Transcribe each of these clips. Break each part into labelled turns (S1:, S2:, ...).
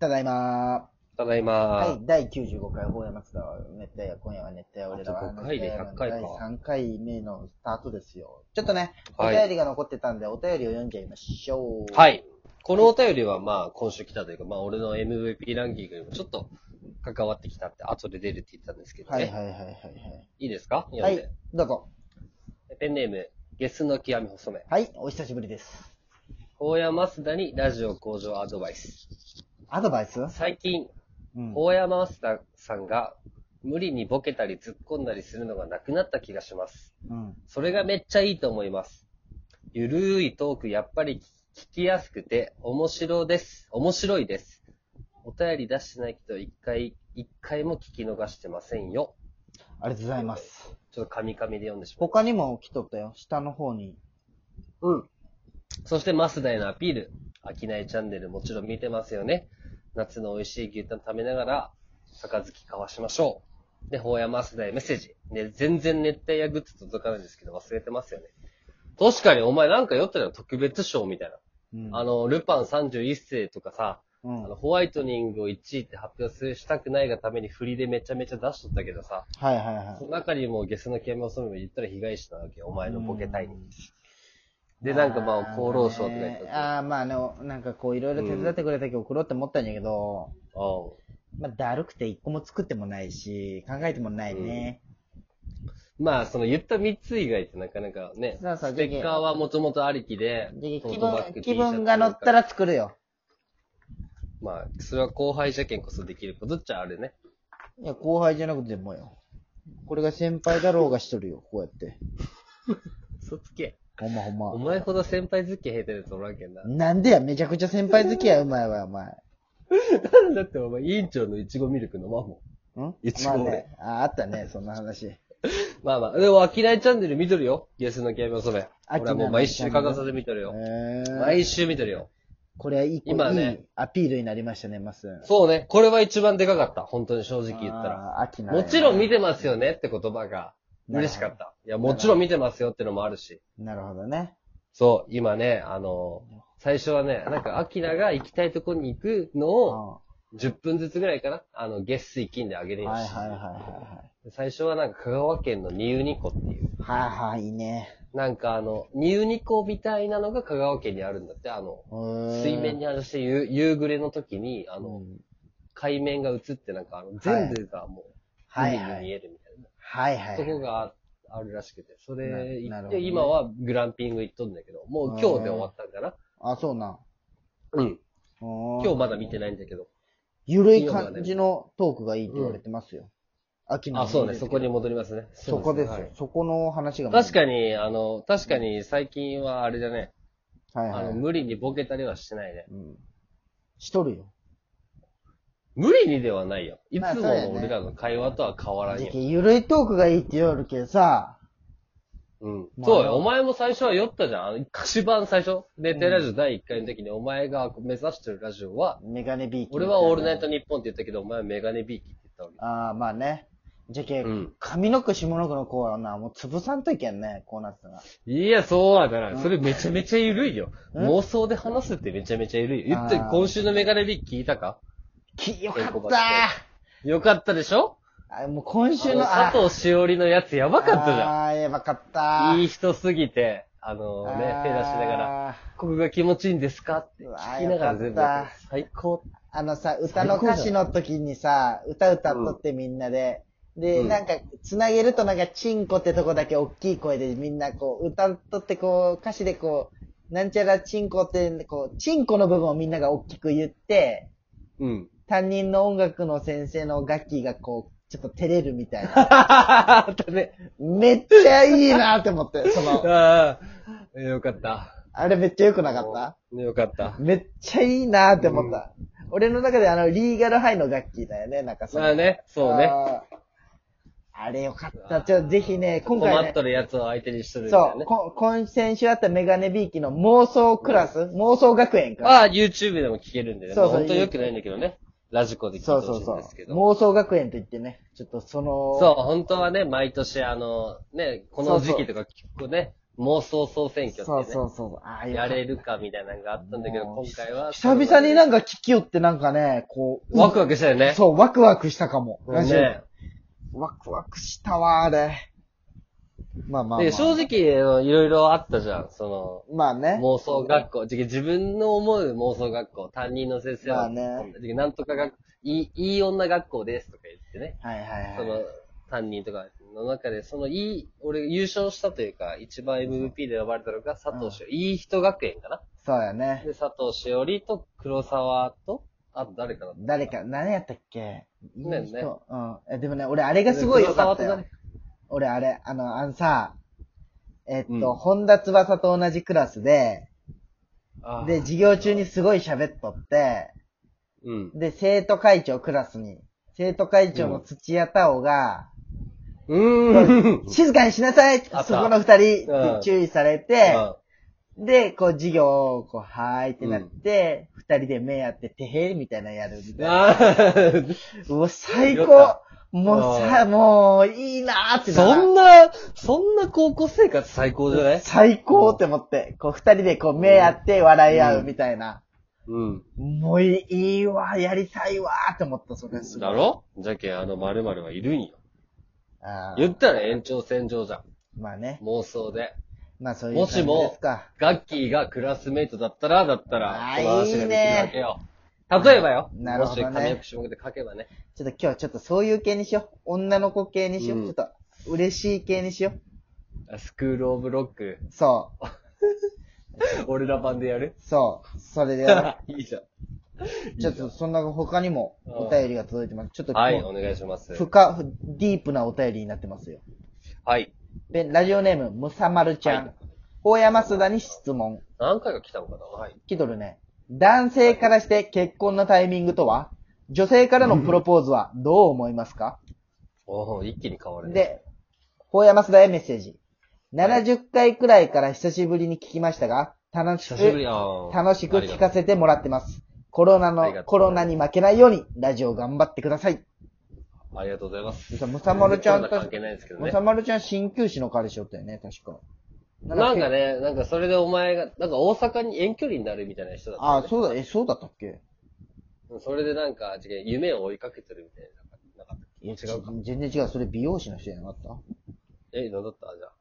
S1: ただいま
S2: ただいま
S1: ー。は
S2: ー
S1: い、第95回、大山津田は熱帯夜、今夜は熱帯夜、俺らは
S2: あと5回で100回か
S1: 第3回目のスタートですよ。ちょっとね、
S2: はい
S1: お便りが残ってたんで、お便りを読んじゃいましょう。
S2: はい。。このお便りはまあ今週来たというか、まあ俺の MVP ランキングにもちょっと関わってきたって、後で出るって言ったんですけど
S1: は
S2: ね。
S1: い
S2: い、
S1: はいはいはい
S2: ですか
S1: い
S2: 読
S1: はい。は
S2: んで、
S1: い、どうぞ。
S2: ペンネーム、ゲスの極み細め。
S1: はい、お久しぶりです。
S2: 大山増田にラジオ向上アドバイス。
S1: アドバイス
S2: 最近、
S1: うん。
S2: 大山増田さんが無理にボケたり突っ込んだりするのがなくなった気がします。
S1: うん。
S2: それがめっちゃいいと思います。ゆるーいトーク、やっぱり聞きやすくて、面白です。面白いです。お便り出してないけど、一回、一回も聞き逃してませんよ。
S1: ありがとうございます。
S2: ちょっとカミカミで読んでしまう。
S1: 他にも来とったよ。下の方に。
S2: うん。そして、マスダへのアピール。飽きないチャンネルもちろん見てますよね。夏の美味しい牛タン食べながら、杯交わしましょう。で、法やマスダへメッセージ。ね、全然熱帯夜グッズ届かないんですけど、忘れてますよね。確かに、お前なんか酔ったよ。特別賞みたいな。
S1: うん
S2: あ、の、ルパン31世とかさ、
S1: う
S2: あ
S1: ん。
S2: の
S1: はい
S2: ホワイトニングを1位って発表するしたくないがために振りでめちゃめちゃ出しとったけどさ、
S1: はいは
S2: その中にもゲスの剣もそめも言ったら被害者なわけよ、お
S1: い。
S2: 前のボケたいに
S1: う。ん
S2: で、なんかまあ、
S1: ー
S2: 厚労省とか言ったら、あ
S1: あーまあね、なんかこういろいろ手伝ってくれたけど送ろうって思ったんやけど、
S2: あ
S1: まあだるくて一個も作ってもないし、考えてもないね。
S2: まあ、その言った3つ以外ってなかなかね、
S1: そうそう
S2: ステッカーはもともとありきで、
S1: で
S2: トー
S1: 気
S2: トバッグ
S1: 分、気
S2: T シャツ
S1: 分が乗ったら作るよ。
S2: まあ、それは後輩じゃけんこそできることっちゃあるね。
S1: いや、後輩じゃなくてもよ。これが先輩だろうがしとるよ、こうやって。
S2: 嘘つけ。
S1: ほんまほん
S2: お
S1: ま。
S2: 前ほど先輩付き合いてるやつおらん けんな。
S1: なんでや、めちゃくちゃ先輩付き合い、うまいわ、お前。
S2: だってお前、委員長のいちごミルク飲まんもん。
S1: ん
S2: いつ
S1: ま
S2: も
S1: あ
S2: ね
S1: ね、ああったね、そんな話。
S2: まあまあ、でも、あきらいチャンネル見とるよ。ゲスのゲームをそれ。
S1: 飽きない
S2: 俺はもう毎週欠かさず見とるよ。
S1: えー
S2: 毎週見とるよ。
S1: これはいい、
S2: 今ね
S1: いいアピールになりましたね、マス。
S2: そうね。これは一番でかかった。本当に正直言ったら。
S1: ら。秋な
S2: もちろん見てますよねって言葉が嬉しかった。いや、もちろん見てますよってのもあるし。
S1: なるほどね。
S2: そう、今ね、あのー最初はね、なんか、アキラが行きたいとこに行くのを、10分ずつぐらいかな。あの、月水金であげ
S1: う
S2: れ
S1: ん
S2: る
S1: はい
S2: し。
S1: はいはいは
S2: 最初はなんか、香川県のニユニコっていう。
S1: いはい。はいはい、いいね。
S2: なんかあの、ニユニコみたいなのが香川県にあるんだって、あの、水
S1: 水
S2: 面に話して夕夕暮れの時に、あ
S1: あ
S2: の、、海面が映ってなんか、あの、全部がもう、
S1: は
S2: 海
S1: い
S2: に
S1: は
S2: 見
S1: い。
S2: えるみたいな、
S1: はいはい。
S2: とこがああるらしくて、それ
S1: な
S2: 行
S1: なる
S2: っ
S1: ほど
S2: て、
S1: ね
S2: 今はグランピング行っとんだけど、もう今日で終わったんかな。
S1: あ、そうな。
S2: うん。
S1: 今
S2: 今日まだ見てないんだけど。
S1: ゆるい感じのトークがいいって言われてますよ。秋の。
S2: あ、そうね、そこに。戻りますね。
S1: そこです
S2: は
S1: よ
S2: い。
S1: そこの話が。
S2: 確かに、あの、確かに最近はあれだね、
S1: に。はい
S2: あ
S1: はい
S2: の、。無理にボケたりはしてないね。
S1: うんしとるよ。
S2: 無理にではないよ。いつ
S1: まあ
S2: も
S1: そうやね
S2: の俺らの会話とは変わらん
S1: じゃ
S2: よ。
S1: けゆるいトークがいいって言われるけどさ、
S2: うん。
S1: まあ
S2: そうよ。お前も最初は酔ったじゃん。あの歌詞版最初。で、テレラジオ第1回の時にお前が目指してるラジオは、
S1: メガネビーキ
S2: 俺はオールナイトニッポンって言ったけど、お前はメガネビーキって言ったわけ。
S1: ああ、まあね。じゃけ
S2: うん、
S1: 上の句下の句のコーナーもう潰さんといけんね、こうなったら。
S2: いや、そうはなら
S1: うん
S2: ん。それめちゃめちゃ緩いよ。
S1: うん
S2: 妄想で話すってめちゃめちゃ緩いよ。言って
S1: あー
S2: 今週のメガネビーキ聞いたか
S1: き、よか
S2: 稽古
S1: っ
S2: 場
S1: た
S2: よかったでしょ
S1: あ、もう今
S2: あ
S1: 週
S2: の
S1: の、あ、
S2: 佐藤しおりのやつやばかったじゃ
S1: ああー、やばかった
S2: ん。い
S1: い
S2: い人すぎて、あのね、手出しながら。
S1: ら。
S2: ここが気持ちいいんですかって
S1: うわ
S2: 聞きながら全
S1: よ
S2: 部
S1: かった
S2: 最高。
S1: あのさ、歌の歌詞の時にさ、歌歌っとってみんなで、で、
S2: うん
S1: なんか、つなげるとなんか、チンコってとこだけ大きい声でみんなこう、歌っとってこう、歌詞でこう、なんちゃらチンコって、こう、チンコの部分をみんなが大きく言って、
S2: うん。
S1: 担任の音楽の先生の楽器がこう、ちょっと照れるみたいな。
S2: あったね。
S1: めっちゃいいなって思って、その、
S2: ああ、よかった。
S1: あれめっちゃ良くなかった
S2: よかった。
S1: めっちゃいいなって思った。俺の中であの、リーガルハイの楽器だよね、なんかその
S2: まあね、そうね。
S1: あーあれ良かった。ちょ、ぜひね、今
S2: 困
S1: 回
S2: っ
S1: ね
S2: と、るやつを相手にしとるみたい
S1: そ
S2: な
S1: う、
S2: ね。
S1: こ今先週あったメガネビーキの妄想クラス、妄想学園か。
S2: まあ、YouTube でも聞けるんでね。
S1: そうそう
S2: 本当良くないんだけどね。ラジコで聞いて
S1: そ
S2: ほ
S1: うそ
S2: し
S1: う
S2: い
S1: そ
S2: ん
S1: う
S2: ですけ。ど。
S1: 妄想学園といってね、ちょっとその、
S2: そう、本当はね、毎年あの、ね、この時期とか、こうね、妄想総選挙って
S1: そう
S2: ね。
S1: そうそう。ああ、よか
S2: や
S1: った
S2: れるかみたいなのがあったんだけど、
S1: もう
S2: 今回は。
S1: 久々になん
S2: か、
S1: か聞きよってなんかね、こう。
S2: ワクワクしたよね。
S1: そう、ワクワクしたかも。
S2: ね
S1: ラジオ。ワクワクしたわ、あれ。まあまあ、まあ。
S2: で、正。直、あのいろいろあったじゃん。そ
S1: まあ
S2: の、
S1: ね。
S2: 妄想学校。じ自分の思う妄想学校。担任の先生
S1: まあ
S2: は、
S1: ね。
S2: じなんとか学校、いい、いい女学校ですとか言ってね。
S1: はいはい
S2: そ
S1: はい。
S2: の、担任とかの中で、そのいい、俺優勝したというか、一番 MVP で呼ばれたのが佐藤しおり、いい人学園かな。
S1: そうやね。
S2: で、佐藤しおりと黒沢と、あと誰かな。
S1: 誰か、何やったっけいい人
S2: ねね
S1: うん。え、でもね、俺あれがすごい良かった
S2: 黒沢
S1: よ
S2: と。
S1: 俺あれ、あの、あのさ、えっと、
S2: うん
S1: 本田翼と同じクラスで、
S2: 誰
S1: で、、授業中にすごい喋っとって、
S2: うん。
S1: で、生徒会長クラスに、生徒会長の土屋太鳳が、
S2: う ーん。
S1: 静かにしなさい
S2: あった
S1: そこの二人
S2: う
S1: って
S2: ん
S1: 注意され て、で、こう授業を、こう、はーいってなって、二、人で目合って、てへーみたいなのやるみたいな。
S2: あー
S1: うわ、最
S2: よか
S1: 高もうさ、もう、いいなーってな
S2: そんな、そんな高校生活最高じゃない
S1: 最高って思って、こう、二人でこう、目合って笑い合うみたいな。
S2: うん。
S1: もういいいいわ、やりたいわーって思った、それすごい
S2: だろじゃけん、あの〇〇はいるんよ。
S1: あー
S2: 言ったら延長線上じゃん。
S1: まあね。
S2: 妄想で。
S1: まあそういう
S2: も
S1: 感じで
S2: しも
S1: すか。
S2: ガッキーがクラスメイトだったら、だったら
S1: あ、ー
S2: この話ができるわけよ。例えばよ。
S1: なるほどね
S2: もし紙を種目で書けばね。
S1: ちょっと今日ちょっとそういう系にしよう。女の子系にしよう。
S2: うん
S1: ちょっと、嬉しい系にしよう。
S2: スクールオブロック、
S1: そう。
S2: 俺ら版でやる
S1: そう。それでやろう。
S2: いいじゃん。
S1: ちょっとそんな他にもお便りが届いてます。ちょっと今
S2: は
S1: 日、
S2: い、お願いします。
S1: 深、ディープなお便りになってますよ。
S2: はい。
S1: でラジオネーム、むさまるちゃん。
S2: はい
S1: 大山須田に質問。
S2: 何回か来たのかなはい。
S1: きとるね。男性からして結婚のタイミングとは女性からのプロポーズはどう思いますか
S2: おー一気に変わるね。
S1: で、大山須田へメッセージ。70回くらいから久しぶりに聞きましたが、楽し
S2: 久しぶり
S1: く、
S2: や
S1: 楽しく聞か
S2: せ
S1: せてもらってます。コロナ
S2: ありが
S1: の、
S2: とう
S1: コロナに負けないように、ラジオ頑張ってください。
S2: ありがとうございます。
S1: でさむさまるちゃん
S2: と。
S1: と
S2: 関係ないですけど
S1: ま
S2: ね
S1: さ。まるちゃん、鍼灸師の彼氏おったよね、確か。
S2: なんか。ね、なんかそれでお前が、なんか大阪に遠距離になるみたいな人だったよ
S1: あ
S2: ね、
S1: そうだ、え、そうだったっけ
S2: それでなんか、違う夢を追いかけてるみたいな。なんか
S1: いや、
S2: 違うか。
S1: 全然違う。それ美容師の人じゃなかった
S2: え、なんだったじゃあ。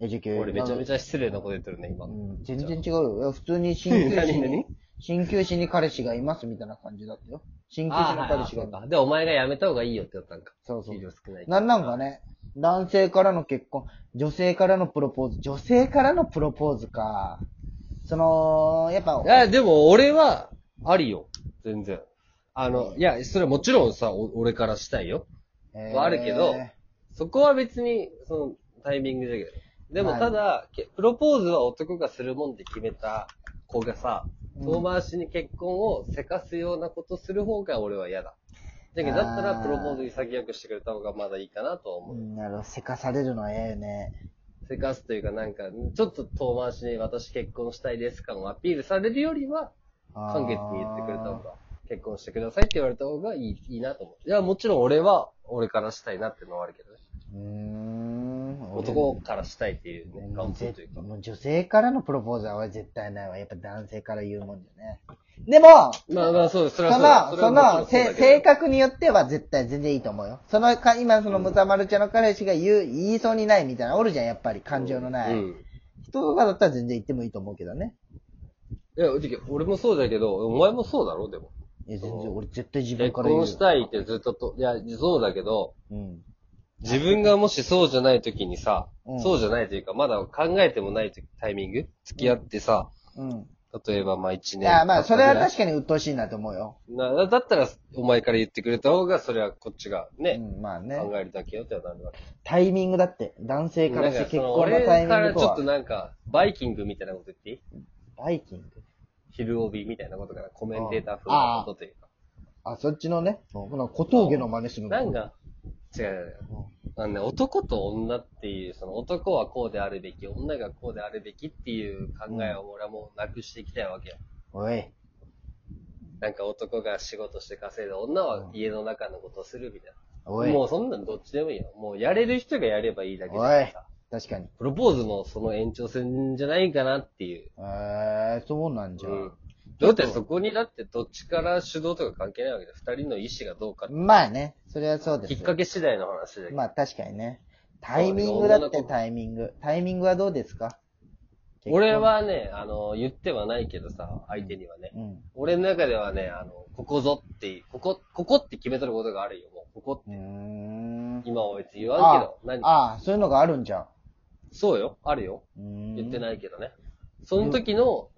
S1: え、じゃけ
S2: 俺めちゃめ
S1: ゃ。
S2: ちゃ失礼なこと言ってるね、今
S1: う。ん、全然違うよ。いや普通に鍼灸師
S2: 何
S1: に
S2: 何、
S1: 鍼灸師に彼氏がいますみたいな感じだったよ。鍼灸師の彼
S2: あ
S1: 氏がいま
S2: あ、で、お前が辞めた方がいいよって言ったんか。
S1: す。そうそう
S2: 給。料少ない。
S1: なんなんかね、男性からの結婚、女性からのプロポーズ、女性からのプロポーズか。その、やっぱ
S2: い、や、でも俺は、ありよ。全然。あの、いや、それはもちろんさ、お俺からしたいよ。
S1: え
S2: はあるけどそこは別に、その、タイミングだけど。でも
S1: はい
S2: ただ、けプロポーズは男がするもんって決めた子がさ、
S1: うん
S2: 遠回しに結婚をせかすようなことする方が俺は嫌だ。だけど、
S1: あー
S2: だったらプロポーズ潔くしてくれた方がまだいいかなとは思
S1: う
S2: う。
S1: んなるほど、せかされるのはええよね。
S2: せかすというか、なんか、ちょっと遠回しに私結婚したいです感をアピールされるよりは、簡潔に言ってくれた方
S1: あ
S2: が、結婚してくださいって言われた方がいい、いいなと思う。いや、もちろん俺は、俺からしたいなっていうのはあるけどね。
S1: ー。うーん。
S2: 男からしたいっていうね、
S1: も
S2: 願
S1: う
S2: 望というか。
S1: もう女性からのプロポーズは絶対ないわ。やっぱ男性から言うもんだよね。でも、
S2: まあまあ、そうです。そ
S1: そ
S2: れは
S1: の、その、
S2: れはもちろ
S1: せ
S2: んうだけど
S1: 性格によっては絶対全然いいと思うよ。そのか、今そのムタマルちゃんの彼氏が言う、言いそうにないみたいな、おるじゃん、やっぱり。感情のない。
S2: うん。
S1: 人とかだったら全然言ってもいいと思うけどね。
S2: いや、てか俺もそうだけど、お前もそうだろ、でも。
S1: いや、全
S2: そ
S1: 然、
S2: う
S1: 俺絶対自分
S2: 結
S1: から言うよ。
S2: 婚したいってずっとと、いや、そうだけど、
S1: うん。
S2: 自分がもしそうじゃない時にさ、
S1: うん
S2: そうじゃないというか、まだ考えてもない時タイミング付き合ってさ、
S1: うん。
S2: 例えばまあ一
S1: い
S2: 年。
S1: や、まあ、それは確かに鬱陶しいなと思うよ。
S2: な、だったら、お前から言ってくれた方が、それはこっちが
S1: う
S2: ね、
S1: ん、まあね。
S2: 考えるだけよってなるわけ。
S1: タイミングだって。男性からして
S2: なんか
S1: 結
S2: その
S1: 婚のタイミン
S2: 俺から
S1: グと
S2: ちょっと
S1: は。
S2: なんか、バイキングみたいなこと言っていい
S1: バイキング。
S2: 昼帯みたいなことからコメンテーター風
S1: あ
S2: な
S1: あ
S2: ことというか。
S1: あ、そっちのね、この小峠の真似するの。
S2: なんか、違う違う違う。あのね、男と女っていう、その男はこうであるべき、女がこうであるべきっていう考えを俺はもうなくしていきたいわけよ。
S1: おい。
S2: なんか男が仕事して稼いで、女は家の中のことをするみたいな。
S1: おい。
S2: もうそんなんどっちでもいいよ。もうやれる人がやればいいだけじゃ
S1: おい
S2: さ。
S1: 確かに。
S2: プロポーズもその延長線じゃないかなっていう。
S1: えー、そうなんじゃ。
S2: うんだってそこにだってどっちから主導とか関係ないわけで、二人の意思がどうかって、
S1: まあね、それはそうです
S2: き
S1: よ。
S2: っかけ次第の話で。
S1: まあ確かにね。タイミングだってタイミング。タイミングはどうですか
S2: 俺、はね、あの、言ってはないけどさ、相手にはね。
S1: 結婚うん。
S2: 俺の中ではね、あの、ここぞっていう、ここ、ここって決めとることがあるよ、もう。ここ、
S1: うーん。
S2: 今は別に言わんけど、何
S1: ああ、そういうのがあるんじゃん。
S2: そうよ、あるよ。
S1: 言
S2: 言って
S1: い。
S2: ないけどね。その時の、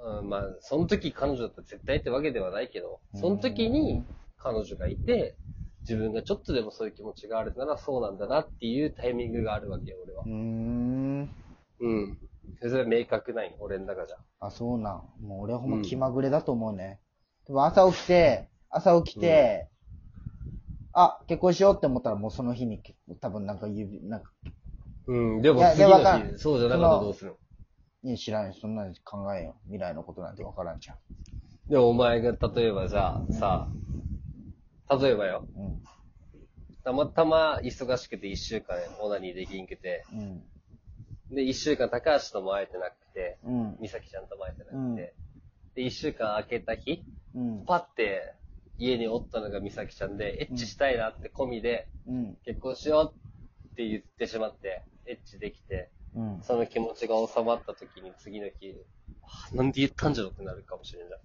S2: うん、まあ、その時彼女だったら絶対ってわけではないけど、その時
S1: う
S2: に
S1: ん
S2: 彼女がいて、自分がちょっとでもそういう気持ちがあるならそうなんだなっていうタイミングがあるわけよ、俺は
S1: う。ーん。
S2: うん。それは明確ない、俺の中じゃ。
S1: あ、そうなん。もう俺はほんま気まぐれだと思うね。でも朝起きて、朝起きて、あ、結婚しようって思ったらもうその日に結構多分なんか指、なんか、
S2: うん、でも
S1: いや
S2: 次の
S1: いやわかん
S2: 日、そうじゃなかったらどうする
S1: い
S2: の
S1: や知らんよ。そんなの考えよ。未来のことなんてわからんじゃん。
S2: でもお前が例えばじゃあ、さあ、例えばよ、
S1: うん。
S2: たまたま忙しくて1週間オナニーできんくて、
S1: うん。
S2: で、1週間高橋とも会えてなくて、
S1: うん。
S2: 美咲ちゃんとも会えてなくて、で、1週間空けた日、
S1: うん。
S2: パって家におったのが美咲ちゃんで、エッチしたいなって込みで、
S1: うん。
S2: 結婚しようって言ってしまって、エッチできて、
S1: うん。
S2: その気持ちが収まった時に次の日、あなんで言ったんじゃろってなるかもしれない。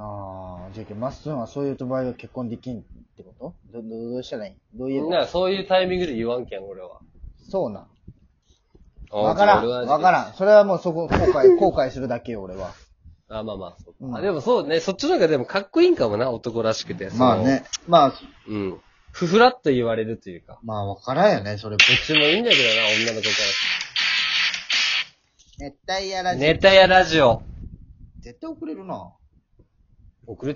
S1: ああ、じゃあ、まっすんはそういう場合は結婚できんってことど、どどうしたらいいどうい
S2: み
S1: うん
S2: なそういうタイミングで言わんけん、俺は。
S1: そうなん。わからん。わから
S2: ん。
S1: ん。それはもうそこ、後悔、後悔するだけよ、俺は。
S2: あ、まあまあ、そう
S1: うん
S2: あでもそうね、そっちの方がでもかっこいいんかもな、男らしくて。その
S1: まあ。ね。まあ、
S2: うん。ふふらっと言われるというか。
S1: まあ、わからんよね、それ。
S2: どっちもいいんだけどな、女の子か
S1: 熱帯や
S2: ら。
S1: らじ、
S2: ネタやラジオ。
S1: 絶対遅れるな。
S2: 遅れ